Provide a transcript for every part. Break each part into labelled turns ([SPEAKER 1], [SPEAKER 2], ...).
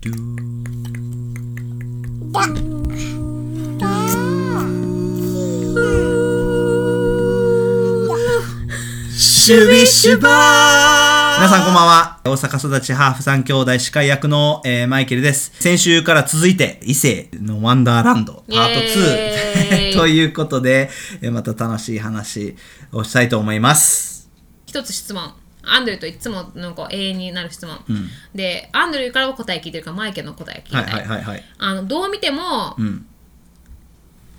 [SPEAKER 1] ドゥー
[SPEAKER 2] だだ
[SPEAKER 1] シュビシュバー皆さんこんばんは。大阪育ちハーフ三兄弟司会役の、えーマイケルです。先週から続いて、伊勢のワンダーランドパート
[SPEAKER 3] イエー
[SPEAKER 1] 2
[SPEAKER 3] イ
[SPEAKER 1] ということで、えーまた楽しい話をしたいと思います。
[SPEAKER 3] 一つ質問アンドリューといつもなんか永遠になる質問、でアンドリューからは答え聞いてるからマイケルの答え聞きた、
[SPEAKER 1] はいいはいはいはい。
[SPEAKER 3] あのどう見ても、
[SPEAKER 1] ん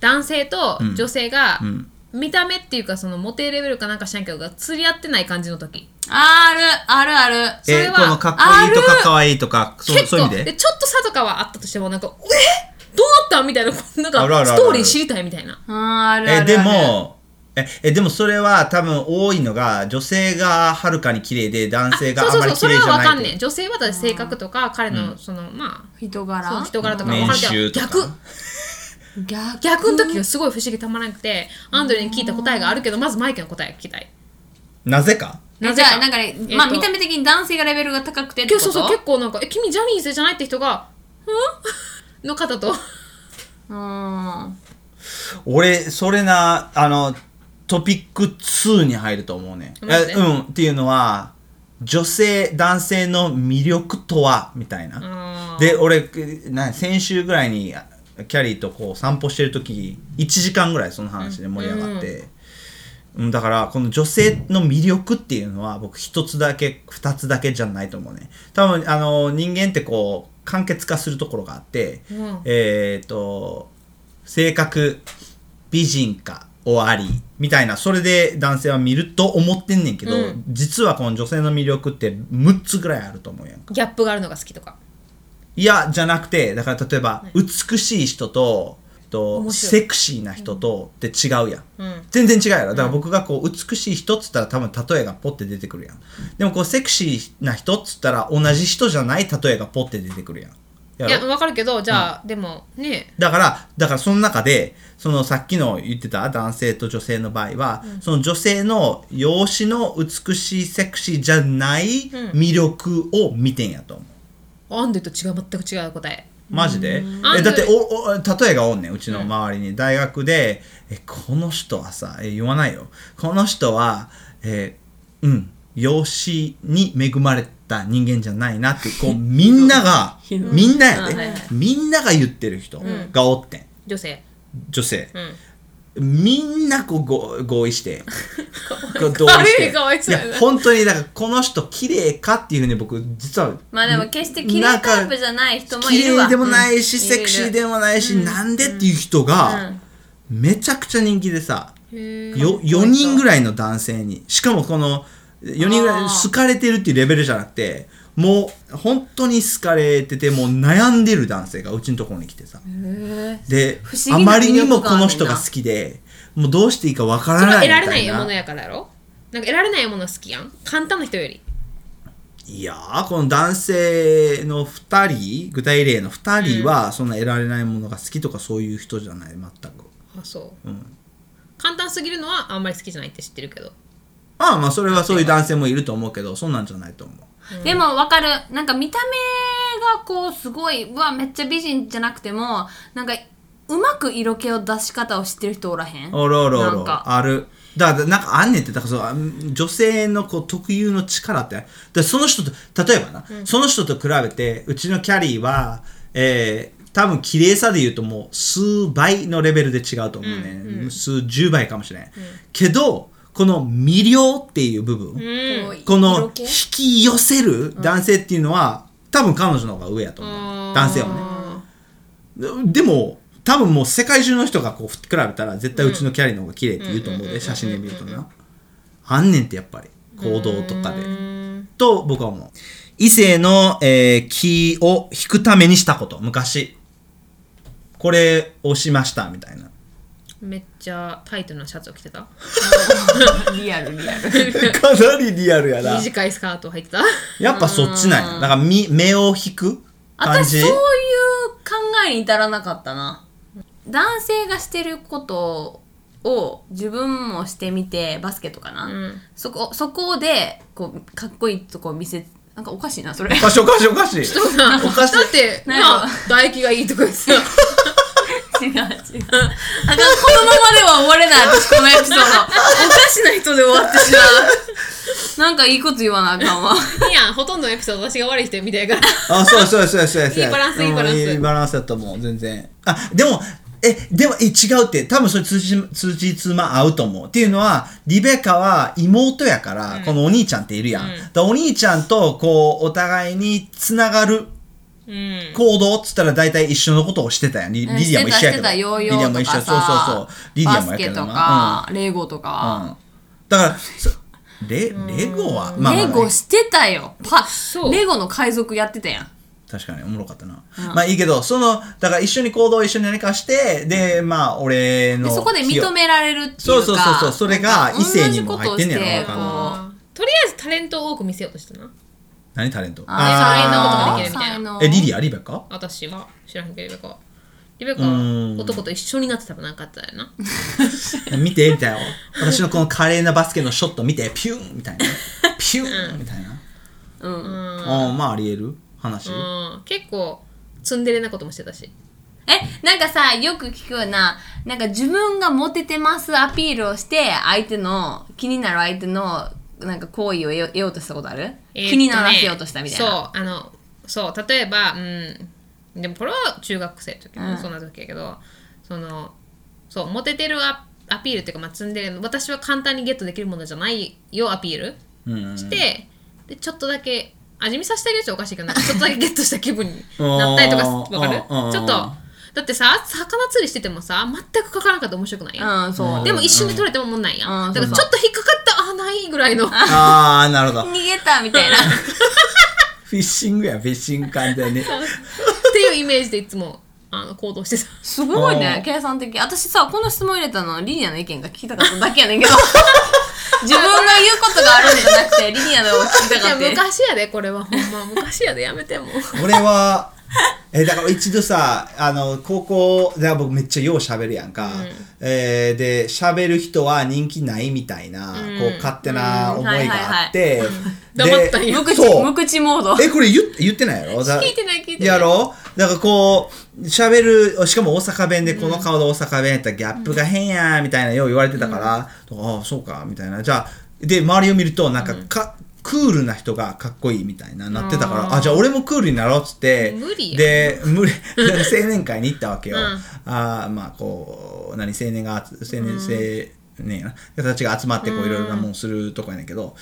[SPEAKER 3] 男性と女性が、
[SPEAKER 1] ん
[SPEAKER 3] 見た目っていうかそのモテレベルかなんかしないけどが釣り合ってない感じの時
[SPEAKER 2] あるあるある
[SPEAKER 3] そ
[SPEAKER 1] え
[SPEAKER 3] れ
[SPEAKER 1] ー、
[SPEAKER 3] は
[SPEAKER 1] このかっこいいと
[SPEAKER 2] あ
[SPEAKER 1] か
[SPEAKER 2] る
[SPEAKER 1] かわいいとか、そう
[SPEAKER 3] 結
[SPEAKER 1] そ
[SPEAKER 3] 構
[SPEAKER 1] ういう意味で
[SPEAKER 3] ちょっと差とかはあったとしてもなんか「えどうなった?」みたいなこうなん
[SPEAKER 1] あるあるある
[SPEAKER 3] か
[SPEAKER 1] あ
[SPEAKER 3] ス
[SPEAKER 1] る
[SPEAKER 3] トーリー知りたいみたいな
[SPEAKER 2] うんあるあるあ
[SPEAKER 1] え
[SPEAKER 2] る
[SPEAKER 1] でもええでもそれは多分多いのが女性がはるかに綺麗で男性があ
[SPEAKER 3] そう
[SPEAKER 1] ま
[SPEAKER 3] そうそ
[SPEAKER 1] り
[SPEAKER 3] う
[SPEAKER 1] 綺麗
[SPEAKER 3] それ
[SPEAKER 1] じ
[SPEAKER 3] は
[SPEAKER 1] ゃ
[SPEAKER 3] わか
[SPEAKER 1] なんい
[SPEAKER 3] ねん女性はだって性格とか彼のそのまあ
[SPEAKER 2] 人
[SPEAKER 3] その
[SPEAKER 2] 柄
[SPEAKER 3] 人柄とか分
[SPEAKER 1] 年
[SPEAKER 3] かるけ
[SPEAKER 1] 収
[SPEAKER 3] ど
[SPEAKER 1] とか
[SPEAKER 3] 逆
[SPEAKER 2] 逆
[SPEAKER 3] 逆の時がすごい不思議たまらなくてアンドレに聞いた答えがあるけどまずマイケルの答え聞きたい
[SPEAKER 1] なぜか
[SPEAKER 3] な
[SPEAKER 2] え
[SPEAKER 3] ぜ
[SPEAKER 2] じ
[SPEAKER 3] か
[SPEAKER 2] ゃあなんかね、
[SPEAKER 3] えっと
[SPEAKER 2] まあ見た目的に男性がレベルが高くてってこ
[SPEAKER 3] け
[SPEAKER 2] と
[SPEAKER 3] そうそう結構なんか「え君ジャニーズじゃない?」って人が「ん?」 の方と
[SPEAKER 2] うーん
[SPEAKER 1] 俺それなあのトピック2に入ると思うね
[SPEAKER 3] マジで
[SPEAKER 1] えうんっていうのは女性男性の魅力とはみたいな
[SPEAKER 3] あー
[SPEAKER 1] で俺な先週ぐらいにあキャリーとこう散歩してる時1時間ぐらいその話で盛り上がって、うん、だからこの女性の魅力っていうのは僕一つだけ二つだけじゃないと思うね多分あの人間ってこう簡潔化するところがあって、
[SPEAKER 3] うん
[SPEAKER 1] えっ、と性格美人か終わりみたいなそれで男性は見ると思ってんねんけど、
[SPEAKER 3] うん
[SPEAKER 1] 実はこの女性の魅力って6つぐらいあると思うやんか
[SPEAKER 3] ギャップがあるのが好きとか
[SPEAKER 1] いやじゃなくてだから例えば、美しい人とと
[SPEAKER 3] 面白い
[SPEAKER 1] セクシーな人とって違うやん、
[SPEAKER 3] うん
[SPEAKER 1] 全然違うやろだから僕がこう美しい人っつったら多分例えがポッて出てくるやんでもこうセクシーな人っつったら同じ人じゃない例えがポッて出てくるやんや
[SPEAKER 3] い
[SPEAKER 1] ろ
[SPEAKER 3] や分かるけどじゃあでもね
[SPEAKER 1] だから、だからその中で、そのさっきの言ってた男性と女性の場合は、その女性の容姿の美しいセクシーじゃない魅力を見てんやと思う。
[SPEAKER 3] アンドリと違う全く違う答え
[SPEAKER 1] マジで
[SPEAKER 3] あ
[SPEAKER 1] え
[SPEAKER 3] ん
[SPEAKER 1] だっておお例えがおんねんうちの周りに、大学でえこの人はさえ言わないよこの人はえーうん養子に恵まれた人間じゃないなって こうみんながみんなやで、
[SPEAKER 3] あはいはい
[SPEAKER 1] みんなが言ってる人がおってん、
[SPEAKER 3] 女性
[SPEAKER 1] 女性、
[SPEAKER 3] うん
[SPEAKER 1] みんなこうご合意して こう同意して
[SPEAKER 3] かわいそうやな
[SPEAKER 1] や本当にだからこの人綺麗かっていうふうに僕実は
[SPEAKER 2] まあでも決して綺麗タイプじゃない人もい
[SPEAKER 1] 綺
[SPEAKER 2] るわ
[SPEAKER 1] 麗でもないし、
[SPEAKER 2] うん
[SPEAKER 1] セクシー
[SPEAKER 2] いるいる
[SPEAKER 1] でもないし、なんでっていう人が、めちゃくちゃ人気でさ、よ4人ぐらいの男性にしかもこの4人ぐらい
[SPEAKER 2] あ
[SPEAKER 1] に
[SPEAKER 2] ー
[SPEAKER 1] 好かれてるっていうレベルじゃなくてもう本当に好かれててもう悩んでる男性がうちのところに来てさで
[SPEAKER 2] 不
[SPEAKER 1] あ
[SPEAKER 2] 思議な
[SPEAKER 1] まりにも
[SPEAKER 2] 魅力
[SPEAKER 1] こ
[SPEAKER 2] があんねんな
[SPEAKER 1] の人が好きでもうどうしていいかわから
[SPEAKER 3] それは
[SPEAKER 1] ないみ
[SPEAKER 3] 得られ
[SPEAKER 1] た
[SPEAKER 3] ないいも
[SPEAKER 1] な
[SPEAKER 3] のやからやろなんか得られないもの好きやん簡単な人より
[SPEAKER 1] いやーこの男性の2人具体例の2人はそんな得られないものが好きとかそういう人じゃない全く。
[SPEAKER 3] あそう、簡単すぎるのはあんまり好きじゃないって知ってるけど
[SPEAKER 1] まあまあそれはそういう男性もいると思うけどそんなんじゃないと思う
[SPEAKER 2] でもわかるなんか見た目がこうすごいうわめっちゃ美人じゃなくてもなんかうまく色気を出し方を知ってる人おらへん
[SPEAKER 1] おろおろお
[SPEAKER 2] なん
[SPEAKER 1] ろ
[SPEAKER 2] か
[SPEAKER 1] あるだからなんかあんねんってだからそうあん女性のこう特有の力ってでその人と例えばな、その人と比べてうちのキャリーはえー多分綺麗さで言うともう数倍のレベルで違うと思うね、数十倍かもしれん、けどこの魅了っていう部分、
[SPEAKER 2] こう
[SPEAKER 1] こ
[SPEAKER 2] 色
[SPEAKER 1] の
[SPEAKER 2] 気
[SPEAKER 1] 引き寄せる男性っていうのは、多分彼女の方が上やと思う男性はねでも多分もう世界中の人がこう比べたら絶対うちのキャリーの方が綺麗って言うと思うで写真で見るとなあんねんってやっぱり行動とかでと僕は思う異性の、えー気を引くためにしたこと昔これをしましたみたいな
[SPEAKER 3] めっちゃタイトなシャツを着てた
[SPEAKER 2] リアルリアル
[SPEAKER 1] かなりリアルやな
[SPEAKER 3] 短いスカートを履いてた
[SPEAKER 1] やっぱそっちなんやだからみ目を引く感
[SPEAKER 2] 私
[SPEAKER 1] じ
[SPEAKER 2] そういう考えに至らなかったな男性がしてることを自分もしてみてバスケとかな、
[SPEAKER 3] ん
[SPEAKER 2] そこそこでこうかっこいいとこ見せなんかおかしいなそれ
[SPEAKER 1] おかしいおかしいおかしい。
[SPEAKER 3] だ
[SPEAKER 1] おかしい。
[SPEAKER 3] って、
[SPEAKER 2] なん
[SPEAKER 3] ま
[SPEAKER 2] か
[SPEAKER 3] あ、唾液がいいとか言 ってた。
[SPEAKER 2] 違う違う。あかん、このままでは終われない、私このエピソード。おかしな人で終わっ てしまう。なんかいいこと言わなあかんわ。
[SPEAKER 3] いいやん、ほとんどのエピソード私が悪い人みたいやから。
[SPEAKER 1] あ、そうそうそうそうそう。
[SPEAKER 3] いいバランスいいバランス
[SPEAKER 1] うんいいバランスだと思う、全然。あ、でも、え、でも、え、違うって、多分それ通じ、通じつま合うと思う。っていうのは、リベカは妹やから、このお兄ちゃんっているやん。
[SPEAKER 3] うん
[SPEAKER 1] だからお兄ちゃんと、こう、お互いにつながる
[SPEAKER 3] うん。
[SPEAKER 1] 行動っつったら大体一緒のことをしてたやん。リリディアも一緒や
[SPEAKER 2] し
[SPEAKER 1] け
[SPEAKER 2] て
[SPEAKER 1] ど。
[SPEAKER 2] た
[SPEAKER 1] リ
[SPEAKER 2] ヨー
[SPEAKER 1] デ
[SPEAKER 2] ヨ
[SPEAKER 1] ィア
[SPEAKER 2] ー
[SPEAKER 1] も
[SPEAKER 2] と
[SPEAKER 1] 一緒
[SPEAKER 2] か
[SPEAKER 1] や。そうそうそう
[SPEAKER 2] さ。。
[SPEAKER 1] リディア
[SPEAKER 2] バ
[SPEAKER 1] も
[SPEAKER 2] ス
[SPEAKER 1] やけ
[SPEAKER 2] ケ
[SPEAKER 1] ど
[SPEAKER 2] と
[SPEAKER 1] な。
[SPEAKER 2] か、レゴと
[SPEAKER 1] うん。
[SPEAKER 2] か。
[SPEAKER 1] うん。だから、そレ、レゴは、まあまあ
[SPEAKER 2] レゴしてたよ。パ
[SPEAKER 3] そう
[SPEAKER 2] レゴの海賊やってたやん。
[SPEAKER 1] 確かにおもろかったな、まあいいけどそのだから一緒に行動を一緒に何かしてでまあ俺の
[SPEAKER 2] でそこで認
[SPEAKER 1] 費用
[SPEAKER 2] められるっていうか。
[SPEAKER 1] そうそうそうそうそれが異性にも入ってんねやろ
[SPEAKER 2] 同じこ
[SPEAKER 1] わ
[SPEAKER 2] とをして
[SPEAKER 1] かんない
[SPEAKER 2] こう
[SPEAKER 3] とりあえずタレントを多く見せようとしたな。
[SPEAKER 1] 何タレント
[SPEAKER 3] あー才能が
[SPEAKER 2] あー
[SPEAKER 3] できるみたいな
[SPEAKER 1] えリリアリベカ
[SPEAKER 3] 私は知らんけど、リベカは。リベカ
[SPEAKER 1] う
[SPEAKER 3] は
[SPEAKER 1] ーん
[SPEAKER 3] 男と一緒になってたらなんかあったよな。
[SPEAKER 1] 見てみたい な私のこの華麗なバスケのショット見てピューンみたいなピューンみたいな
[SPEAKER 2] うん。
[SPEAKER 1] うんまあありえる話
[SPEAKER 3] うん。結構、ツンデレなこともしてたし。
[SPEAKER 2] え、なんかさ、よく聞くよな、なんか自分がモテてますアピールをして、相手の、気になる相手の、なんか好意を得よ得ようとしたことある、
[SPEAKER 3] えーっとね
[SPEAKER 2] 気にならせようとしたみたいな。
[SPEAKER 3] そうあのそう例えばうんでもこれは中学生の時、
[SPEAKER 2] うん
[SPEAKER 3] そんな時やけどそのそうモテてるアアピールっていうか、まあ、積んでる私は簡単にゲットできるものじゃないよアピール
[SPEAKER 1] うんうん
[SPEAKER 3] して、でちょっとだけ味見させてあげるとおかしいけどなんかちょっとだけゲットした気分になったりとか
[SPEAKER 1] あー
[SPEAKER 3] わかる
[SPEAKER 1] あーあー
[SPEAKER 3] ちょっとだってさ魚釣りしててもさ全くかからんかったら面白くないやん、
[SPEAKER 2] うん、そう。
[SPEAKER 3] でも一瞬で取れてももんないやん、
[SPEAKER 2] うん
[SPEAKER 3] だからちょっと引っかかったあないぐらいの
[SPEAKER 1] ああなるほど
[SPEAKER 2] 逃げたみた いな。
[SPEAKER 1] フィッシングやフィッシング感だよね
[SPEAKER 3] っていうイメージでいつもあの行動してた。
[SPEAKER 2] すごいね
[SPEAKER 1] う、ん
[SPEAKER 2] 計算的。私さ、この質問入れたのはリニアの意見が聞きたかっただけやねん けど。自分が言うことがあるんじゃなくて、リニアのを聞きたかっ
[SPEAKER 3] いや
[SPEAKER 2] た。
[SPEAKER 3] 昔やでこれはほんま昔やでやめてもう。
[SPEAKER 1] 俺はえだから一度さあの高校で僕めっちゃよう喋るやんか、えーで喋る人は人気ないみたいな、こう勝手な思いがあって、
[SPEAKER 3] うんはいはいはいうん黙ったん
[SPEAKER 1] で
[SPEAKER 3] や
[SPEAKER 2] 無口、
[SPEAKER 1] そう
[SPEAKER 2] 無口モード。
[SPEAKER 1] えこれ言っ言ってないやろだ
[SPEAKER 3] 聞いてない聞いてない
[SPEAKER 1] やろだからこう喋るしかも大阪弁でこの顔で大阪弁やったらギャップが変やみたいなよう言われてたから、ああそうかみたいなじゃあで周りを見るとなんかか、クールな人がかっこいいみたいななってたからあじゃあ俺もクールになろうっつって
[SPEAKER 3] 無理やん
[SPEAKER 1] で無理 で青年会に行ったわけよ、
[SPEAKER 3] うん
[SPEAKER 1] ああまあこう何青年が集青年生、ねえな人たちが集まってこういろいろなもんするとこやねんけど、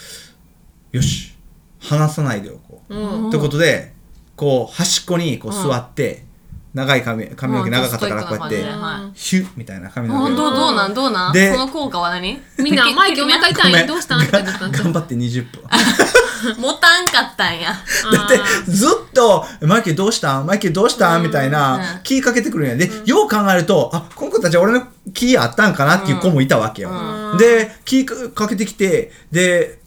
[SPEAKER 1] よし話さないでおこう、
[SPEAKER 3] うん
[SPEAKER 1] ってことでこう端っこにこう座って、長い髪髪の毛長かったからこうやって、
[SPEAKER 2] うんちょっとストイックな感じではい
[SPEAKER 1] ヒュッみたいな髪の
[SPEAKER 2] ほ
[SPEAKER 1] 毛
[SPEAKER 2] んとどうなんどうなん
[SPEAKER 1] で
[SPEAKER 2] その効果は何
[SPEAKER 3] みんなマイキーお
[SPEAKER 1] ご
[SPEAKER 3] 腹痛
[SPEAKER 1] め
[SPEAKER 3] い
[SPEAKER 1] ん
[SPEAKER 3] どうしたんとか言ってたんだ
[SPEAKER 1] 頑張って20分
[SPEAKER 2] 持たんかったんや。
[SPEAKER 1] だってずっと「マイケルどうしたんマイケルどうしたん?」みたいな気かけてくるんやで、よう考えるとあこの子たちは俺の気あったんかなっていう子もいたわけよ、で気かけてきてで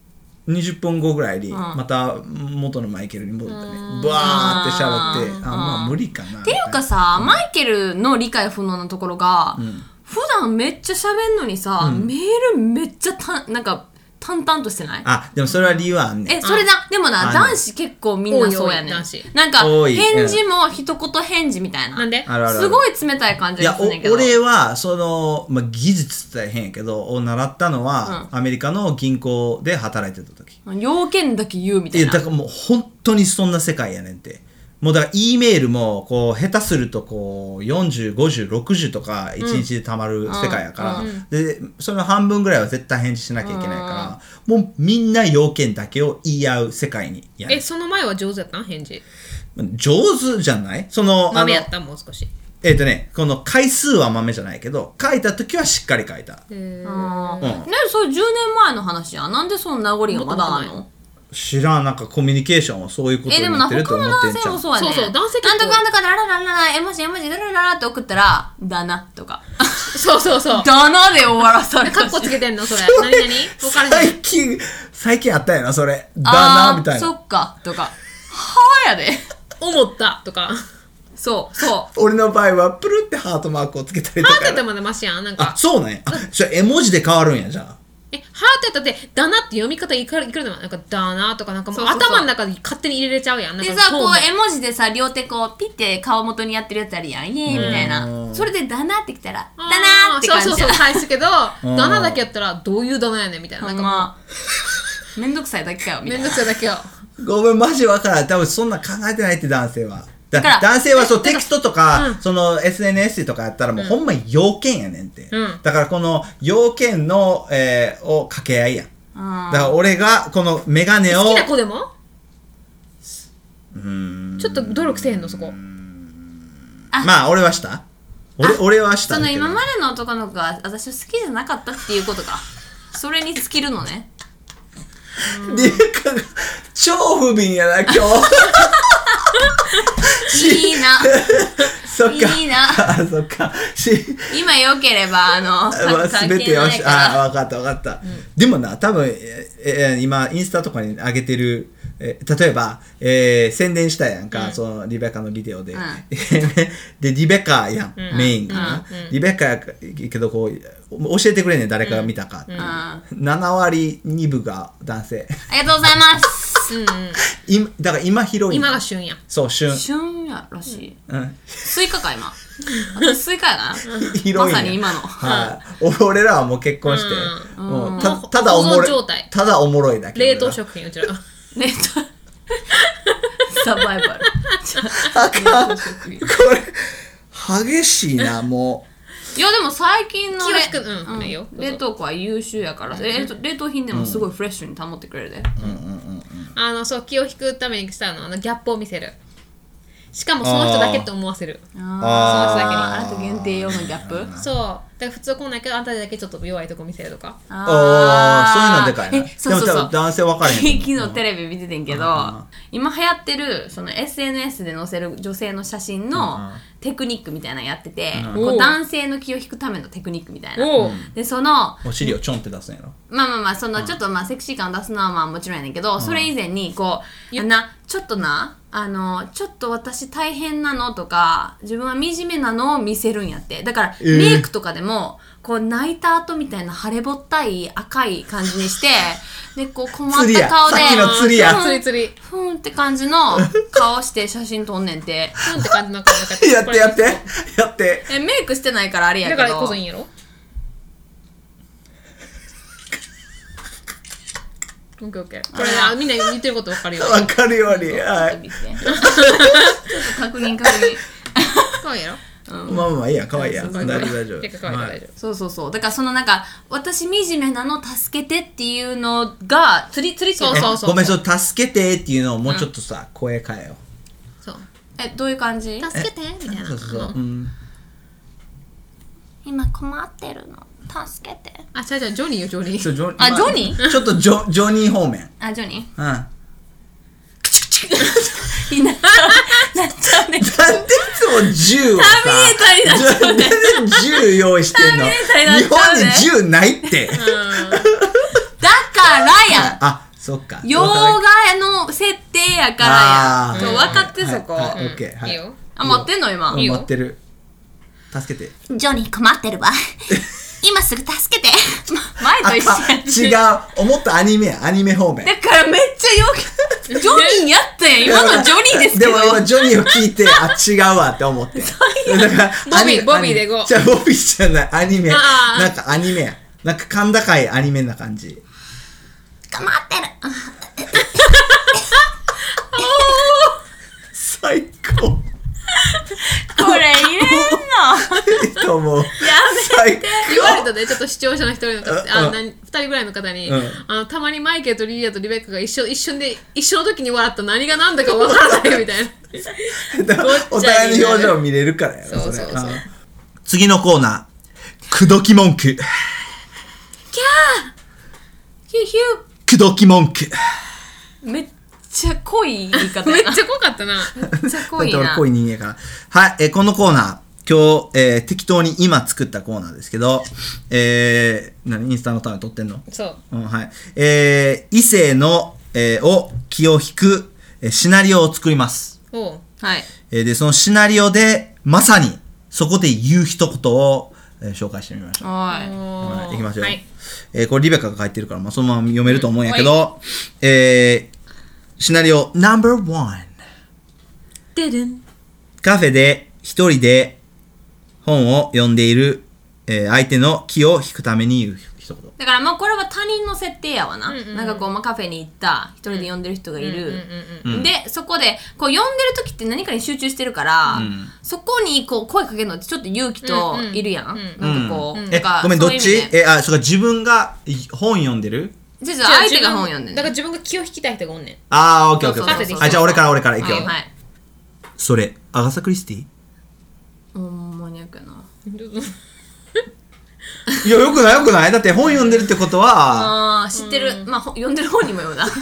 [SPEAKER 1] 20分後ぐらいにまた元のマイケルに戻ったね、バーって喋って、あまあ無理かなっ
[SPEAKER 2] っていうかさ、マイケルの理解不能なところが、普段めっちゃ喋んのにさ、メールめっちゃたなんか淡々としてない
[SPEAKER 1] あでもそれは理由はあんねん
[SPEAKER 2] えそれだでも
[SPEAKER 1] あ
[SPEAKER 2] な男子結構みんなそうやね
[SPEAKER 3] 多い多い
[SPEAKER 2] ん
[SPEAKER 3] 男子
[SPEAKER 2] なんか
[SPEAKER 1] 多い
[SPEAKER 2] 返事も一言返事みたいな
[SPEAKER 3] なんで
[SPEAKER 1] あるあるある
[SPEAKER 2] すごい冷たい感
[SPEAKER 1] い
[SPEAKER 2] じで
[SPEAKER 1] や
[SPEAKER 2] すんねんけ
[SPEAKER 1] お
[SPEAKER 2] ど
[SPEAKER 1] 俺はその、まあ、技術って大変やけどを習ったのは、アメリカの銀行で働いてた時
[SPEAKER 2] 要件だけ言うみた
[SPEAKER 1] い
[SPEAKER 2] い
[SPEAKER 1] やだ
[SPEAKER 2] な
[SPEAKER 1] からもう本当にそんな世界やねんってもうだから E メールもこう下手するとこう405060とか1日でたまる世界やから、でその半分ぐらいは絶対返事しなきゃいけないから、もうみんな要件だけを言い合う世界にやねん
[SPEAKER 3] えその前は上手やったん返事。
[SPEAKER 1] 上手じゃないそのあの
[SPEAKER 3] 豆やったもう少し。
[SPEAKER 1] えっ、とねこの回数は豆じゃないけど書いた時はしっかり書いた
[SPEAKER 3] え
[SPEAKER 2] うん
[SPEAKER 1] うん
[SPEAKER 2] ねそれ10年前の話やんなんでその名残がまだある
[SPEAKER 3] も
[SPEAKER 2] の
[SPEAKER 1] 知らんなんかコミュニケーションはそういうこと
[SPEAKER 2] え
[SPEAKER 1] に
[SPEAKER 2] でも
[SPEAKER 1] な
[SPEAKER 2] な
[SPEAKER 1] って
[SPEAKER 2] 他
[SPEAKER 1] ると
[SPEAKER 2] の
[SPEAKER 1] 思って
[SPEAKER 2] 男
[SPEAKER 1] ん
[SPEAKER 2] 性も
[SPEAKER 1] じ
[SPEAKER 2] そうやね
[SPEAKER 3] そうそう男性結構
[SPEAKER 2] なんとかなんとかだらららら絵文字絵文字だらららって送ったらだなとか
[SPEAKER 3] そうそうそう。
[SPEAKER 2] だなで終わらされ
[SPEAKER 3] カ
[SPEAKER 2] た
[SPEAKER 3] ッ
[SPEAKER 2] し
[SPEAKER 3] コつけてんのそ れ。何何分か
[SPEAKER 1] ゃん
[SPEAKER 3] らへん。
[SPEAKER 1] 最近最近あったやなそれだ
[SPEAKER 2] あ
[SPEAKER 1] なみたいな
[SPEAKER 2] ーそっかとかはあやで
[SPEAKER 3] 思ったとか。
[SPEAKER 2] そうそ
[SPEAKER 1] 俺の場合はプルってハートマークをつけたりと
[SPEAKER 3] パーってやったら
[SPEAKER 1] か。
[SPEAKER 3] まだマシやんなん
[SPEAKER 1] あ
[SPEAKER 3] か。
[SPEAKER 1] そうね。あ、じゃあ絵文字で変わるんや、じゃあ。
[SPEAKER 3] え、ハートやったって、だなって読み方いくらいくらでも、なんか、だなとか、なんかもう
[SPEAKER 2] そうそうそう
[SPEAKER 3] 頭の中で勝手に入れれちゃうやん。なん
[SPEAKER 2] で
[SPEAKER 3] か
[SPEAKER 2] さ、
[SPEAKER 3] トーン
[SPEAKER 2] こ
[SPEAKER 3] も
[SPEAKER 2] う絵文字でさ、両手こう、ピッて顔元にやってるやつあるやん。イエーイみたいな。それで、だなってきたら、だなーって感じ
[SPEAKER 3] そうそうそう、返すけど、
[SPEAKER 1] ん
[SPEAKER 3] だなだけやったら、どういうだなやねんみたいな。
[SPEAKER 2] ほ
[SPEAKER 3] なんんかも
[SPEAKER 2] ま、めんどくさいだけかよ、
[SPEAKER 3] う、
[SPEAKER 2] みた
[SPEAKER 3] めん
[SPEAKER 2] い
[SPEAKER 3] ど
[SPEAKER 2] な。
[SPEAKER 3] くさいだけよ。
[SPEAKER 1] ごめん、マジわからん。多分そんな考えてないって男性は。だ
[SPEAKER 2] だから
[SPEAKER 1] 男性はそう
[SPEAKER 3] えだ
[SPEAKER 1] テ
[SPEAKER 3] から
[SPEAKER 1] キストとか、その SNS とかやったらもうほんまに要件やねんって。
[SPEAKER 3] うん
[SPEAKER 1] だからこの要件の、えーを掛け合いやん。だから俺がこのメガネを
[SPEAKER 3] 好きな子でも
[SPEAKER 1] うん
[SPEAKER 3] ちょっと努力せえへんの、そこ。
[SPEAKER 2] あ
[SPEAKER 1] まあ俺はした俺俺はした
[SPEAKER 2] そ
[SPEAKER 1] ん
[SPEAKER 2] の
[SPEAKER 1] だけど
[SPEAKER 2] 今までの男の子が私を好きじゃなかったっていうことか。それに尽きる のね。
[SPEAKER 1] リュカが超不憫やな今日
[SPEAKER 2] いいな。
[SPEAKER 1] そっか
[SPEAKER 2] いいな
[SPEAKER 1] あそっかし
[SPEAKER 2] 今良ければ、あの、
[SPEAKER 1] まあ、
[SPEAKER 2] 関
[SPEAKER 1] 全て
[SPEAKER 2] 係
[SPEAKER 1] よ
[SPEAKER 2] ない
[SPEAKER 1] し
[SPEAKER 2] か
[SPEAKER 1] あ
[SPEAKER 2] ら。
[SPEAKER 1] あ分かった分かった、でもな多分ええ今インスタとかに上げてるえ例えば、えー宣伝したやんか、そのリベカのビデオで、
[SPEAKER 2] うん
[SPEAKER 1] でリベカやん、メインかな、リベカやけどこう教えてくれんねん誰かが見たかって、
[SPEAKER 2] あ
[SPEAKER 1] 7割2分が男性
[SPEAKER 2] ありがとうございます。
[SPEAKER 3] うんうん。
[SPEAKER 1] 今だから今広い
[SPEAKER 3] 今が旬やん。
[SPEAKER 1] そう旬、
[SPEAKER 2] 旬やらしい。
[SPEAKER 1] うん、
[SPEAKER 2] スイ カか、今。私スイカやな。
[SPEAKER 1] 広
[SPEAKER 2] ま
[SPEAKER 1] いんや
[SPEAKER 2] さに今の。
[SPEAKER 1] はい、お俺らはもう結婚して、もうたただおも
[SPEAKER 3] 保存
[SPEAKER 1] ろ
[SPEAKER 3] 状
[SPEAKER 1] い
[SPEAKER 3] 態
[SPEAKER 1] ただおもろいだけ
[SPEAKER 3] 冷凍食品、うちら。
[SPEAKER 2] ねっと。サバイバル。
[SPEAKER 1] あかんこれ激しいなも
[SPEAKER 2] いやでも最近の
[SPEAKER 3] 気が
[SPEAKER 2] れ
[SPEAKER 3] 利くうんいいよ
[SPEAKER 2] うん冷凍庫は優秀やから、冷凍冷凍品でもすごいフレッシュに保ってくれるで、
[SPEAKER 3] あの、そう、気を引くためにしたの、あの、ギャップを見せる。しかも、その人だけって思わせる。
[SPEAKER 1] う
[SPEAKER 2] あ
[SPEAKER 1] あ
[SPEAKER 2] ああなた限定用のギャップ
[SPEAKER 3] そう。だから普通はこんなんやけど、あんただけちょっと弱いとこ見せるとか。
[SPEAKER 1] ーあーそういうのでかいな
[SPEAKER 2] えそうそうそう
[SPEAKER 1] でも多分男性分かれへんと思 う
[SPEAKER 2] 昨日テレビ見ててんけど今流行ってるその SNS で載せる女性の写真のテクニックみたいなのやってて、こ
[SPEAKER 3] おう
[SPEAKER 2] う男性の気を引くためのテクニックみたいな
[SPEAKER 3] おう
[SPEAKER 2] でその
[SPEAKER 1] うお尻をちょんって出すんやろ
[SPEAKER 2] まあまあまあそのちょっとまあセクシー感を出すのはまあもちろんやねんけど、それ以前にこうあなちょっとなあのちょっと私大変なのとか自分は惨めなのを見せるんやってだから、
[SPEAKER 1] えー
[SPEAKER 2] メイクとかでもこう泣いた後みたいな腫れぼったい赤い感じにしてでこう困っ
[SPEAKER 1] 釣りや
[SPEAKER 2] た顔で
[SPEAKER 1] さっきの釣りや
[SPEAKER 3] 釣り釣り。
[SPEAKER 2] ふーんって感じの顔して写真撮んねんて
[SPEAKER 3] ふんって感じの顔だから
[SPEAKER 1] やってやってやって
[SPEAKER 2] えメイクしてないからあれやけ
[SPEAKER 3] だ
[SPEAKER 2] ど
[SPEAKER 3] からこそいいんやろオッケーオッケー。これな、みんな言ってることわか るよ。
[SPEAKER 1] 分かるようには
[SPEAKER 2] ちょっと
[SPEAKER 1] い
[SPEAKER 2] 見て ちょっと確認確認
[SPEAKER 3] かわいいやろ
[SPEAKER 1] まあまあいいや可愛いや
[SPEAKER 3] かわ
[SPEAKER 1] 大
[SPEAKER 3] いい
[SPEAKER 1] 丈夫
[SPEAKER 3] やろ
[SPEAKER 1] 大丈
[SPEAKER 3] 結
[SPEAKER 1] 夫
[SPEAKER 3] 構かわい
[SPEAKER 1] はい
[SPEAKER 3] いから大丈
[SPEAKER 2] そうそうそうだからそのなんか「私惨めなの助けて」っていうのが釣り釣り
[SPEAKER 3] そうそうそう
[SPEAKER 1] ごめんそう助けてっていうのをもうちょっとさ声変えよう
[SPEAKER 3] 夫。そう。
[SPEAKER 2] えどういう感じ
[SPEAKER 3] 助けてみたいな。
[SPEAKER 1] そうそうそう
[SPEAKER 3] あ
[SPEAKER 1] う
[SPEAKER 3] の
[SPEAKER 1] ん
[SPEAKER 2] 今困ってるの助けて
[SPEAKER 3] あ、違う違う、ジョニーよ、ジョニ
[SPEAKER 1] そ
[SPEAKER 3] ー。
[SPEAKER 1] うジョ
[SPEAKER 2] あジョニ
[SPEAKER 1] ーちょっとジョジョニー方面
[SPEAKER 2] あジョニ
[SPEAKER 1] うんなん
[SPEAKER 2] ーいなっちゃうなっちゃうねタ
[SPEAKER 1] でいつも銃をさ
[SPEAKER 2] ーミネーターになっちゃう
[SPEAKER 1] なんで銃用意してんの
[SPEAKER 2] ターミネーターになっ
[SPEAKER 1] 日
[SPEAKER 2] ちゃうね
[SPEAKER 1] 本に銃ないって
[SPEAKER 2] だからやん
[SPEAKER 1] あそっか
[SPEAKER 2] 洋画の設定やからや
[SPEAKER 1] あ
[SPEAKER 2] ん
[SPEAKER 1] ー
[SPEAKER 2] そう分かってそこ
[SPEAKER 1] はいはいオッケーはいい
[SPEAKER 3] いよ。
[SPEAKER 2] あ持ってんの今
[SPEAKER 1] うん
[SPEAKER 3] よ
[SPEAKER 1] 待ってる助けて
[SPEAKER 2] ジョニー困ってるわ 今すぐ助けて前と一緒やん
[SPEAKER 1] あ違うもっとアニメやアニメ方面
[SPEAKER 2] だからめっちゃよくジョニーやった やん今のジョニーですけど
[SPEAKER 1] でも今ジョニーを聞いてあ違うわって思ってだから
[SPEAKER 3] ボビー
[SPEAKER 1] アニ
[SPEAKER 3] ボビーで
[SPEAKER 1] アニ
[SPEAKER 3] ゴー
[SPEAKER 1] じゃあボビーじゃないアニメ
[SPEAKER 3] ああ
[SPEAKER 1] なんかアニメやなんか甲高いアニメな感じ
[SPEAKER 2] 困ってる
[SPEAKER 1] 最 高
[SPEAKER 2] これ入れんの
[SPEAKER 1] いいと思うやめて
[SPEAKER 3] 言われたで、ちょっと視聴者の一人の方、
[SPEAKER 1] う
[SPEAKER 3] あ、
[SPEAKER 1] ん
[SPEAKER 3] な二人ぐらいの方に、
[SPEAKER 1] うん
[SPEAKER 3] あの、たまにマイケルとリリアとリベッカが一緒、一瞬で、一緒の時に笑った何が何だかわからないみ たいな。
[SPEAKER 1] お互いの表情見れるからやろ
[SPEAKER 3] そうそうそう
[SPEAKER 1] れん次のコーナー口説き文句
[SPEAKER 2] ヒューヒ
[SPEAKER 1] 口説き文句
[SPEAKER 2] ュ ーめっちゃ濃い言い方
[SPEAKER 3] めっ
[SPEAKER 2] や
[SPEAKER 3] ちゃ怖かっ たな。
[SPEAKER 2] なめっちゃ濃
[SPEAKER 1] だっ
[SPEAKER 2] い
[SPEAKER 1] て俺
[SPEAKER 2] な
[SPEAKER 1] 濃い人間やから。はい、えーこのコーナー、今日、えー適当に今作ったコーナーですけど、えー、何インスタのターン撮ってんの
[SPEAKER 3] そう。
[SPEAKER 1] うん、はい。えー異性の、えーを気を引く、えーシナリオを作ります。
[SPEAKER 3] おう。
[SPEAKER 2] はい
[SPEAKER 1] えーで、そのシナリオで、まさに、そこで言う一言を、えー紹介してみました。
[SPEAKER 2] は
[SPEAKER 1] はい、いきますよ、
[SPEAKER 3] はい
[SPEAKER 1] えーこれリベカが書いてるから、まあ、そのまま読めると思うんやけど、えーシナリオ No.1
[SPEAKER 2] い。でるん。
[SPEAKER 1] カフェで一人で本を読んでいる、えー相手の気を引くために言う一言
[SPEAKER 2] だからまあこれは他人の設定やわな。なんかこう、まあ、カフェに行った、一人で読んでる人がいる。で、そこで、こう読んでる時って何かに集中してるから、そこにこう声かけるのってちょっと勇気といるやん。なんかこう、な
[SPEAKER 1] え
[SPEAKER 2] か
[SPEAKER 1] ごめんど
[SPEAKER 2] そ
[SPEAKER 1] っ
[SPEAKER 2] ういう意
[SPEAKER 1] ち
[SPEAKER 2] 味で
[SPEAKER 1] えあそうか自分がい本読んでる
[SPEAKER 2] じゃあじゃあ相手が本読んで
[SPEAKER 3] る
[SPEAKER 2] る
[SPEAKER 3] だから自分が気を引きたい人がおんねん
[SPEAKER 1] ああオッケーオッケーオ
[SPEAKER 2] そう
[SPEAKER 1] ッ
[SPEAKER 2] そう
[SPEAKER 1] ケ
[SPEAKER 2] そう
[SPEAKER 1] ーあじゃあ俺から俺からいくよ、
[SPEAKER 2] はいはい。
[SPEAKER 1] それアガサ・クリスティ
[SPEAKER 2] ほんまにやけな。
[SPEAKER 1] いやよくないよくないだって本読んでるってことは
[SPEAKER 2] ああ、知ってる。まあ、ほ読んでる本にもよるな。
[SPEAKER 3] なんか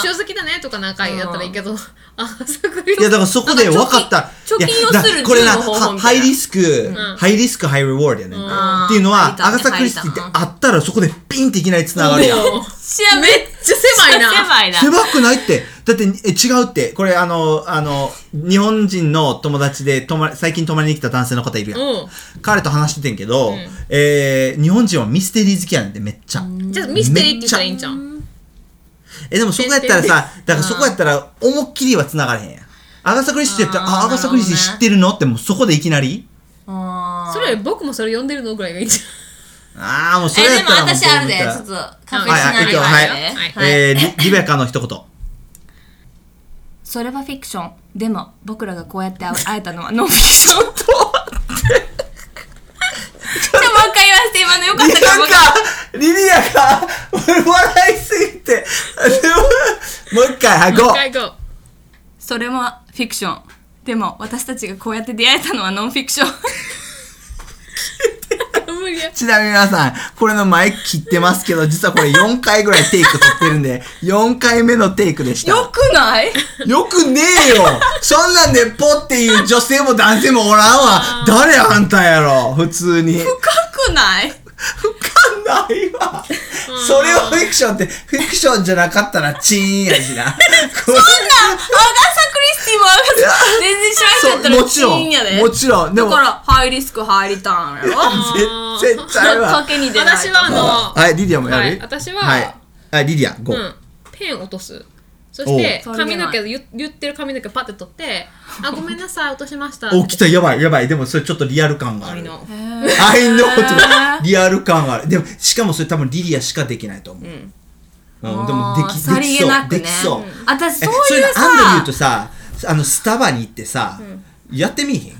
[SPEAKER 3] 読書好きだねとかなんかやったらいいけど、あさくり
[SPEAKER 1] いやだからそこで分かった
[SPEAKER 2] 貯金
[SPEAKER 1] いや
[SPEAKER 2] 貯金をする
[SPEAKER 1] だこれな
[SPEAKER 2] 自由の方法
[SPEAKER 1] は
[SPEAKER 2] みた
[SPEAKER 1] ハ
[SPEAKER 2] いな
[SPEAKER 1] イリスク、ハイリスクハイリワードやね、っていうのは、
[SPEAKER 2] 入った
[SPEAKER 1] アガサ・クリスティってあったらそこでピンっていきなり繋がるやん
[SPEAKER 2] 知ら
[SPEAKER 3] めっちゃ狭いな
[SPEAKER 2] 狭いな。
[SPEAKER 1] 狭くないって。だって、え違うって。これ、あの、あの、日本人の友達で、泊ま最近泊まりに来た男性の方いるやん。
[SPEAKER 3] う
[SPEAKER 1] 彼と話しててんけど、えー日本人はミステリー好きやねんって、めっちゃ。
[SPEAKER 3] んじゃあミステリーって言ったらいいんじゃん
[SPEAKER 1] え、でもそこやったらさ、だからそこやったら、思いっきりは繋がれへんやん。アガサ・クリスティやったら、
[SPEAKER 2] あー
[SPEAKER 1] あ、アガサ・クリスティ知ってるのって、もうそこでいきなり
[SPEAKER 2] あー
[SPEAKER 3] それより僕もそれ読んでるのぐらいがいいんじ
[SPEAKER 1] ああ、もうそ
[SPEAKER 2] え
[SPEAKER 1] れやっ
[SPEAKER 2] でも
[SPEAKER 1] たらもう
[SPEAKER 2] 私あるで、ち
[SPEAKER 1] どう
[SPEAKER 2] ょ
[SPEAKER 1] 見たら
[SPEAKER 2] っとカフェ
[SPEAKER 3] はい
[SPEAKER 2] シナ
[SPEAKER 1] はい、えっ
[SPEAKER 2] リ
[SPEAKER 1] と、
[SPEAKER 2] オ
[SPEAKER 1] は
[SPEAKER 2] あ
[SPEAKER 1] い
[SPEAKER 2] るで。
[SPEAKER 3] はい
[SPEAKER 1] えーリリベカの一言。
[SPEAKER 2] それはフィクション。でも、僕らがこうやって会えたのはノンフィクションと。 ちょ、もう一回言わせて、今のよかっ
[SPEAKER 1] リ
[SPEAKER 2] たからもう一回。
[SPEAKER 1] リリアが笑いすぎて でももう一回はい
[SPEAKER 3] ゃん
[SPEAKER 1] GO!
[SPEAKER 3] 一回 行こ
[SPEAKER 2] それはフィクション。でも、私たちがこうやって出会えたのはノンフィクション。
[SPEAKER 3] う無理や
[SPEAKER 1] ちなみに皆さんこれの前切ってますけど実はこれ4回ぐらいテイク取ってるんで4回目のテイクでした
[SPEAKER 2] よ
[SPEAKER 1] よ
[SPEAKER 2] くない
[SPEAKER 1] くねえよそんなんでポっていう女性も男性もおらんわ誰あんたやろ普通に
[SPEAKER 2] 深くない
[SPEAKER 1] 分かんないわそれをフィクションってフィクションじゃなかったらチーンやしなこれ
[SPEAKER 2] そんなんアガサ・クリスティもアガサ全然知らんかった
[SPEAKER 1] そう
[SPEAKER 2] ら
[SPEAKER 1] もちろん
[SPEAKER 2] 死やで
[SPEAKER 1] もちろんでも
[SPEAKER 2] だからハイリスクハイリターンやろ
[SPEAKER 1] 絶絶対
[SPEAKER 2] そ
[SPEAKER 1] は
[SPEAKER 2] っかけに出ない
[SPEAKER 3] 私はあの
[SPEAKER 1] はい、リディアもやる、
[SPEAKER 3] はい私は
[SPEAKER 1] はい。あ、リディア、5。
[SPEAKER 3] うんペン落とすそして
[SPEAKER 2] おう
[SPEAKER 3] 髪の毛を言言ってる髪の毛をパッて取ってあごめんなさい落としました
[SPEAKER 1] お、来た、やばい、やばい。でも、それちょっとリアル感がある。
[SPEAKER 3] の
[SPEAKER 1] あいのこと、リアル感がある。でも、しかもそれ多分リディアしかできないと思う。うん。でも、でき、
[SPEAKER 2] さ
[SPEAKER 1] で
[SPEAKER 2] り
[SPEAKER 1] き
[SPEAKER 2] げ
[SPEAKER 1] そう
[SPEAKER 2] な。くね
[SPEAKER 1] できそう。
[SPEAKER 2] ん私そう
[SPEAKER 1] え
[SPEAKER 2] いう
[SPEAKER 1] の、アンドリュー
[SPEAKER 2] さ
[SPEAKER 1] とさ、あの、スタバに行ってさ、やってみいひん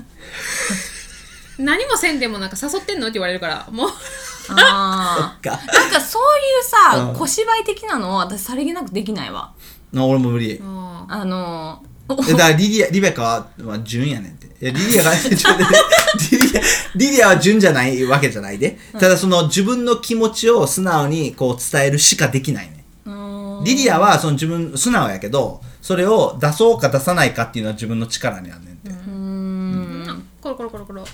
[SPEAKER 3] 何もせんでもなんか誘ってんのって言われるからもう
[SPEAKER 2] あ
[SPEAKER 1] か。
[SPEAKER 2] ーなんかそういうさ、
[SPEAKER 1] うん
[SPEAKER 2] 小芝居的なのを私さりげなくできないわ
[SPEAKER 1] な俺も無理。
[SPEAKER 3] あ
[SPEAKER 2] あの
[SPEAKER 1] え
[SPEAKER 2] ー
[SPEAKER 1] だからリディア、リベカは、まあ、順やねんて。いや、リディアが、ち ょっと待ってリディア、リディアは順じゃないわけじゃないで。ただ、その、自分の気持ちを素直に、こう、伝えるしかできないね。
[SPEAKER 2] うーん
[SPEAKER 1] リディアは、その自分、素直やけど、それを出そうか出さないかっていうのは自分の力にあんねんて。
[SPEAKER 3] ーコロコロコロコロ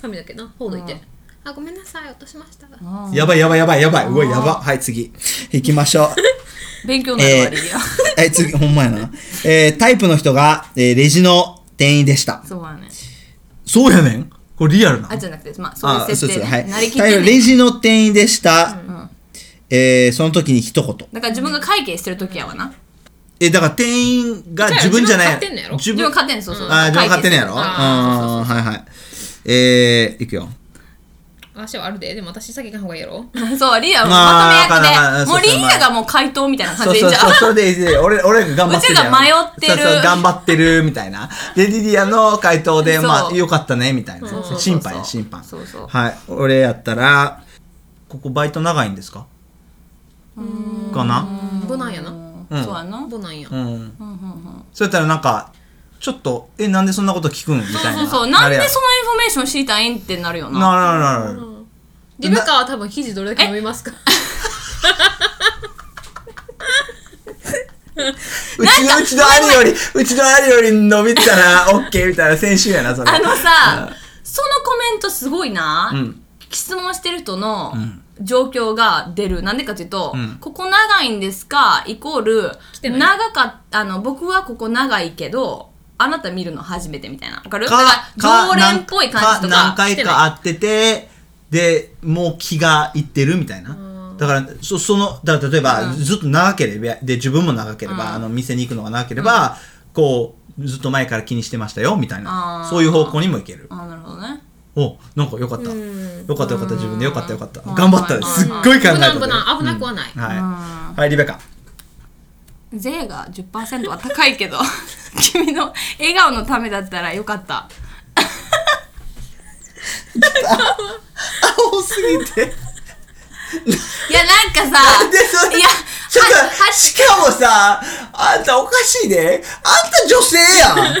[SPEAKER 3] 髪だけなほうどいて、あごめんなさい落としました、
[SPEAKER 1] やばいやばいやばいやばい。うわ、やば。はい、次。行きましょ う。
[SPEAKER 2] 勉強になる
[SPEAKER 1] え
[SPEAKER 2] わリ リア
[SPEAKER 1] ー、え、次、ほんまやな。えー、タイプの人が、えーレジの店員でした。
[SPEAKER 2] そうやね
[SPEAKER 1] そうやねんこれリアルな
[SPEAKER 2] あじゃなくてまあそう
[SPEAKER 1] あ
[SPEAKER 2] い
[SPEAKER 1] そうう
[SPEAKER 2] 設
[SPEAKER 1] そう
[SPEAKER 2] 定
[SPEAKER 1] は
[SPEAKER 2] で
[SPEAKER 1] い。
[SPEAKER 2] なりきっ
[SPEAKER 1] 大
[SPEAKER 2] て
[SPEAKER 1] 量
[SPEAKER 2] ね
[SPEAKER 1] レジの店員でした。えーその時に一言。
[SPEAKER 2] だから自分が会計してる時やわな
[SPEAKER 1] え、だから店員が自分じゃない。
[SPEAKER 3] 自分が買ってんのやろ
[SPEAKER 1] 自
[SPEAKER 2] 自分
[SPEAKER 1] 分
[SPEAKER 2] が勝手にそうそう
[SPEAKER 1] あー、自分が買ってんのやろうん、
[SPEAKER 3] あ
[SPEAKER 1] はいはい。えー、いくよ。
[SPEAKER 3] 足はあるででも私先行かんほうがいいやろ
[SPEAKER 2] そう、リアも
[SPEAKER 1] ま
[SPEAKER 2] ま
[SPEAKER 1] あ
[SPEAKER 2] とめ役
[SPEAKER 1] まあまあま
[SPEAKER 2] で、
[SPEAKER 1] あ
[SPEAKER 2] もう
[SPEAKER 1] そうそう
[SPEAKER 2] リアがもう回答みたいな
[SPEAKER 1] そ
[SPEAKER 2] 感
[SPEAKER 1] う
[SPEAKER 2] じ
[SPEAKER 1] そう
[SPEAKER 2] でじゃ
[SPEAKER 1] そう、
[SPEAKER 2] あ、
[SPEAKER 1] それでいいで、俺、俺が頑張ってるやん。
[SPEAKER 2] うちら迷ってる
[SPEAKER 1] そうそう、頑張ってる、みたいな。で、リディアの回答で、
[SPEAKER 2] そう
[SPEAKER 1] まあ、よかったね、みたいな
[SPEAKER 2] そうそうそう。
[SPEAKER 1] 審判や、審判。
[SPEAKER 2] そうそう
[SPEAKER 1] はい。俺やったら、ここバイト長いんですかかな
[SPEAKER 3] ボナンやな
[SPEAKER 1] うん
[SPEAKER 2] そうやな。
[SPEAKER 3] ボナンや
[SPEAKER 1] うん。そうやったらなんか、ちょっと、え、なんでそんなこと聞くんみたいな。
[SPEAKER 2] そうそう、なんで
[SPEAKER 1] あれ
[SPEAKER 2] そのイ
[SPEAKER 1] や
[SPEAKER 2] ンフォメーション知りたいんってなるよな。
[SPEAKER 1] なるなるなる。
[SPEAKER 3] リベカは多分生地どれだけ伸び ますか
[SPEAKER 1] うちの、うちの兄より、うちの兄より伸びたら、オッケーみたいな、先週やな、それ。
[SPEAKER 2] あのさ、そのコメントすごいな。
[SPEAKER 1] ん
[SPEAKER 2] 質問してる人の状況が出る。なんでかというと、ここ長いんですかイコール
[SPEAKER 3] て、ない
[SPEAKER 2] 長かっあの、僕はここ長いけど、あなた見るの初めてみたいな。わかる
[SPEAKER 1] か
[SPEAKER 2] だから常
[SPEAKER 1] か
[SPEAKER 2] 連っぽい感じとか
[SPEAKER 1] 何回か会っててでもう気がいってるみたいなだからそそのだから例えば、ずっと長ければで自分も長ければ、あの店に行くのが長ければ、こうずっと前から気にしてましたよみたいな
[SPEAKER 2] あー
[SPEAKER 1] そういう方向にも行ける
[SPEAKER 2] あなるほどね。
[SPEAKER 1] おなんかよかったよかったよかった自分でよかったよかった
[SPEAKER 2] うん
[SPEAKER 1] 頑張った
[SPEAKER 2] うん
[SPEAKER 1] すっごい考えた
[SPEAKER 3] 無
[SPEAKER 1] で
[SPEAKER 3] 難無難危なくはない
[SPEAKER 1] うんはいはいリベカ
[SPEAKER 2] 税が10%は高いけど 君の笑顔のためだったらよかった
[SPEAKER 1] 青すぎ て
[SPEAKER 2] いやなんか
[SPEAKER 1] なんでそ
[SPEAKER 2] さ
[SPEAKER 1] れ
[SPEAKER 2] いや
[SPEAKER 1] ちょっ
[SPEAKER 2] はは
[SPEAKER 1] と、しかもさ、あんたおかしいね。あんた女性やん。何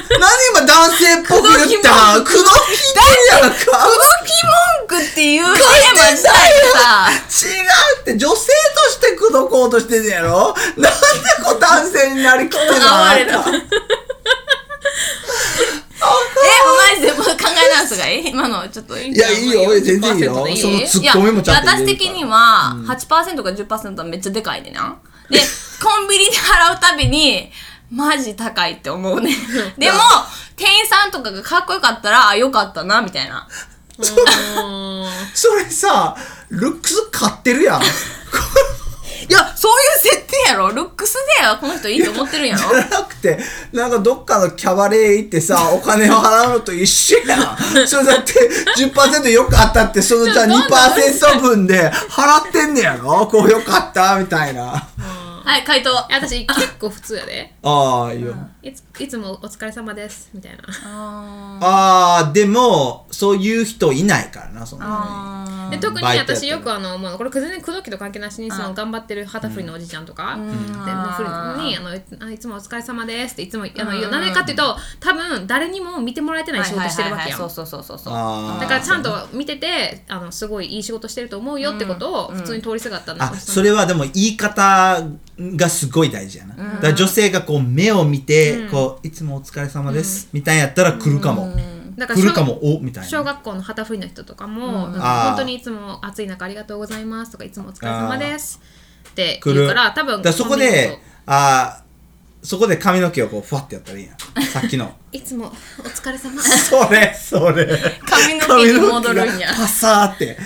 [SPEAKER 1] 今男性っぽく言ったん口説きってるやんか。
[SPEAKER 2] 口説き文句っていうテーマ自体が さ
[SPEAKER 1] 違うって、女性として口説こうとしてんねやろなんでこう男性になりきってんのあ
[SPEAKER 2] 哀
[SPEAKER 1] ん
[SPEAKER 2] れだ
[SPEAKER 1] た
[SPEAKER 2] えマジでもう考え直すがいい今のちょっとい
[SPEAKER 1] いや、いいよ。全然いいよ。
[SPEAKER 3] いい
[SPEAKER 1] そのツッコミもちゃんと
[SPEAKER 2] いや私
[SPEAKER 1] 入れる
[SPEAKER 2] 的
[SPEAKER 1] から
[SPEAKER 2] には8%か10%はめっちゃでかいでなで コンビニで払うたびにマジ 高いって思うねでも店員さんとかがかっこよかったらあよかったなみたいな
[SPEAKER 1] それさ、ルックス買ってるやん。
[SPEAKER 2] いや、そういう設定やろ。ルックスではこの人いいと思ってるんやろ。
[SPEAKER 1] じゃなくてなんかどっかのキャバレー行ってさお金を払うのと一緒やん それだって10%よかったってそのじゃあ2%分で払ってんねやろこうよかったみたいな
[SPEAKER 2] はい、回答。
[SPEAKER 3] いや私結構普通やで
[SPEAKER 1] ああいいよ
[SPEAKER 3] いついつもお疲れ様ですみたいな
[SPEAKER 1] ああでもそういう人いないからなそんな
[SPEAKER 2] あ
[SPEAKER 3] で
[SPEAKER 1] うん
[SPEAKER 3] 特に
[SPEAKER 1] バイトやって
[SPEAKER 3] 私
[SPEAKER 1] る
[SPEAKER 3] よくあのもうこれ全然口説きと関係なしにその頑張ってる旗振りのおじちゃんとか、での振りにあのいあいつもお疲れ様ですっていつもあの言うなぜかっていうと多分誰にも見てもらえてない仕事してるわけやん
[SPEAKER 2] そう
[SPEAKER 3] だ
[SPEAKER 2] そうそうそうそう。
[SPEAKER 1] あー
[SPEAKER 3] からちゃんと見ててあのすごいいい仕事してると思うよってことを普通に通りすがったな
[SPEAKER 1] あそれはでも言い方がすごい大事やな、だから女性がこう目を見て、こういつもお疲れ様です、みたいなやったら来るかも、
[SPEAKER 3] だから
[SPEAKER 1] 来るかもおみたいな
[SPEAKER 3] 小学校の旗振りの人とかも、なんか
[SPEAKER 1] あー
[SPEAKER 3] 本当にいつも暑い中ありがとうございますとかいつもお疲れ様ですって言う
[SPEAKER 1] る
[SPEAKER 3] から多分
[SPEAKER 1] だらそこであーそこで髪の毛をこうふわってやったらいいやんさっき の
[SPEAKER 3] いつもお疲れ様
[SPEAKER 1] それそれ
[SPEAKER 2] 髪の毛に戻るん
[SPEAKER 1] 髪の毛
[SPEAKER 2] や
[SPEAKER 1] が。パサーって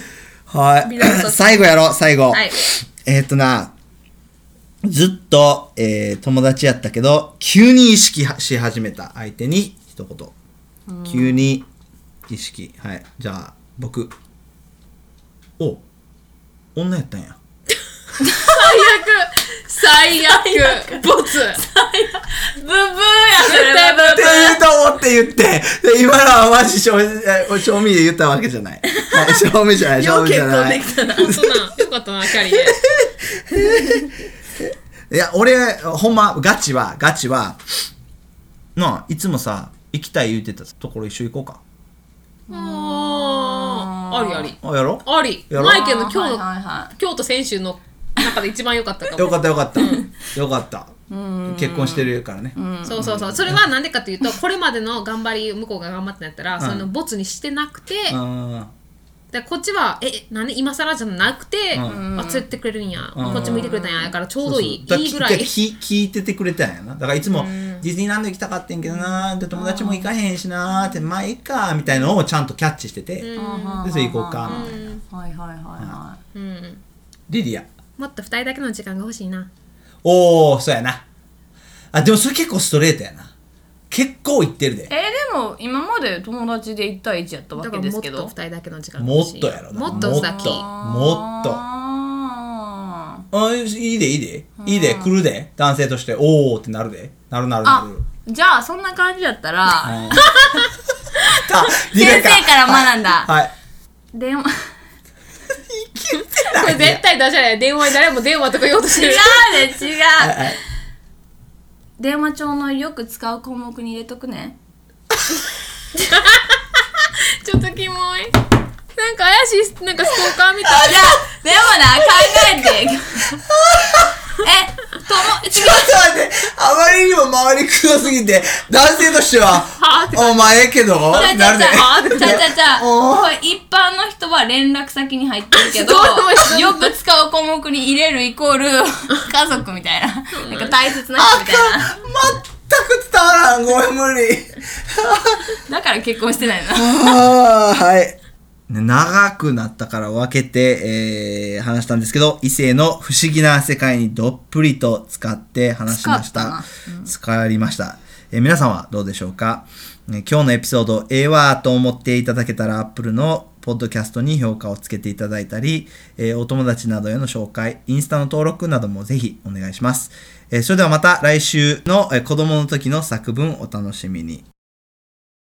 [SPEAKER 1] は
[SPEAKER 3] 微妙
[SPEAKER 1] い
[SPEAKER 3] な
[SPEAKER 1] 最後やろう最後、
[SPEAKER 3] はい
[SPEAKER 1] えーっ、となずっと、えー友達やったけど急に意識はし始めた相手に一言急に意識はいじゃあ僕お女やったんや
[SPEAKER 3] 最悪ボツ
[SPEAKER 2] ブブーやそれ
[SPEAKER 3] 絶対ブー
[SPEAKER 1] って言うと思って言って、で今のはマジ正え正味で言ったわけじゃない。はい正味じゃない、正
[SPEAKER 2] よう
[SPEAKER 1] 味じ
[SPEAKER 2] 結
[SPEAKER 1] ゃ
[SPEAKER 2] 婚
[SPEAKER 1] な
[SPEAKER 2] で
[SPEAKER 1] い。
[SPEAKER 2] きたな。
[SPEAKER 3] 本当なよかったなキャリーで
[SPEAKER 1] いや、俺、ほんま、ガチは、ガチは、なあ、いつもさ、行きたい言うてたところ一緒行こうか。
[SPEAKER 3] ありあり
[SPEAKER 1] あ、やろ
[SPEAKER 3] あり
[SPEAKER 1] やろ
[SPEAKER 3] マイケルの今
[SPEAKER 2] は
[SPEAKER 3] 日
[SPEAKER 2] いは
[SPEAKER 3] の
[SPEAKER 2] いはい。
[SPEAKER 3] 京都選手の中で一番良かったか
[SPEAKER 1] よ
[SPEAKER 3] も
[SPEAKER 1] かったよかった。よかった。結婚してるからね。
[SPEAKER 3] そうそうそうそれはなんでかっていうとこれまでの頑張り向こうが頑張ってんやったら、そういうのボツにしてなくて、
[SPEAKER 1] うん。
[SPEAKER 3] でこっちはえなんで今更じゃなくて、
[SPEAKER 1] う
[SPEAKER 3] あ釣ってくれるんや、こっち向いてくれたんやだからちょうどいい
[SPEAKER 1] そうそうだから
[SPEAKER 3] いいぐらい
[SPEAKER 1] 聞聞いててくれたんやなだからいつもディズニーランド行きたかってんけどなで友達も行かへんしなってまあいいかみたいのをちゃんとキャッチしてて、でそれ行こうかみたいな、
[SPEAKER 2] はいはいはいは
[SPEAKER 3] うん、
[SPEAKER 1] リディア
[SPEAKER 3] もっと2人だけの時間が欲しいな
[SPEAKER 1] おおそうやなあでもそれ結構ストレートやな結構行ってる
[SPEAKER 2] い。
[SPEAKER 1] で
[SPEAKER 2] えー、でも今まで友達で1対1やったわ
[SPEAKER 3] だ
[SPEAKER 2] け
[SPEAKER 3] から
[SPEAKER 2] で
[SPEAKER 3] も
[SPEAKER 2] す
[SPEAKER 3] っと
[SPEAKER 2] け
[SPEAKER 3] 2
[SPEAKER 2] ど。
[SPEAKER 3] 人だけの時間が
[SPEAKER 1] も
[SPEAKER 3] 欲し
[SPEAKER 1] っ
[SPEAKER 3] い
[SPEAKER 1] とやろ
[SPEAKER 3] もっとさっき
[SPEAKER 1] もっと
[SPEAKER 2] あ
[SPEAKER 1] あいいでいいでいいで来るで男性としておおってなるでなるなるなる
[SPEAKER 2] ーじゃあそんな感じだったら、
[SPEAKER 1] うんさあリベ カ
[SPEAKER 2] 先生から学んだ。
[SPEAKER 1] はい
[SPEAKER 2] 電話。
[SPEAKER 3] これ絶対出しゃれ電話に誰も電話とか言おうとして
[SPEAKER 2] 違
[SPEAKER 3] る
[SPEAKER 2] うね 違う
[SPEAKER 1] はい
[SPEAKER 2] 電話帳のよく使う項目に入れとくね
[SPEAKER 3] ちょっとキモいなんか怪しいなんかストーカーみたい
[SPEAKER 2] じゃあでもな考えて え
[SPEAKER 1] ちょっと待っ
[SPEAKER 2] とも違
[SPEAKER 1] て、あまりにも周りくどすぎて、男性としては、お前やけど、
[SPEAKER 2] う
[SPEAKER 1] なるで。
[SPEAKER 2] ちゃうちゃうちゃうちゃ う
[SPEAKER 1] おー
[SPEAKER 2] これ一般の人は連絡先に入ってるけど
[SPEAKER 3] そうでも一緒
[SPEAKER 2] よく使う項目に入れるイコール家族みたいななんか大切な
[SPEAKER 1] あ
[SPEAKER 2] 人みたいな
[SPEAKER 1] かん、全く伝わらんごめん無理
[SPEAKER 2] だから結婚してないな
[SPEAKER 1] あーはい。ね長くなったから分けて、えー話したんですけど、異性の不思議な世界にどっぷりと使って話しまし
[SPEAKER 2] 使っ
[SPEAKER 1] た
[SPEAKER 2] たな。
[SPEAKER 1] 使いました。えー皆さんはどうでしょうか、ね今日のエピソード、ええわーと思っていただけたら、Apple のポッドキャストに評価をつけていただいたり、えーお友達などへの紹介、インスタの登録などもぜひお願いします。えーそれではまた来週の、えー子供の時の作文お楽しみに。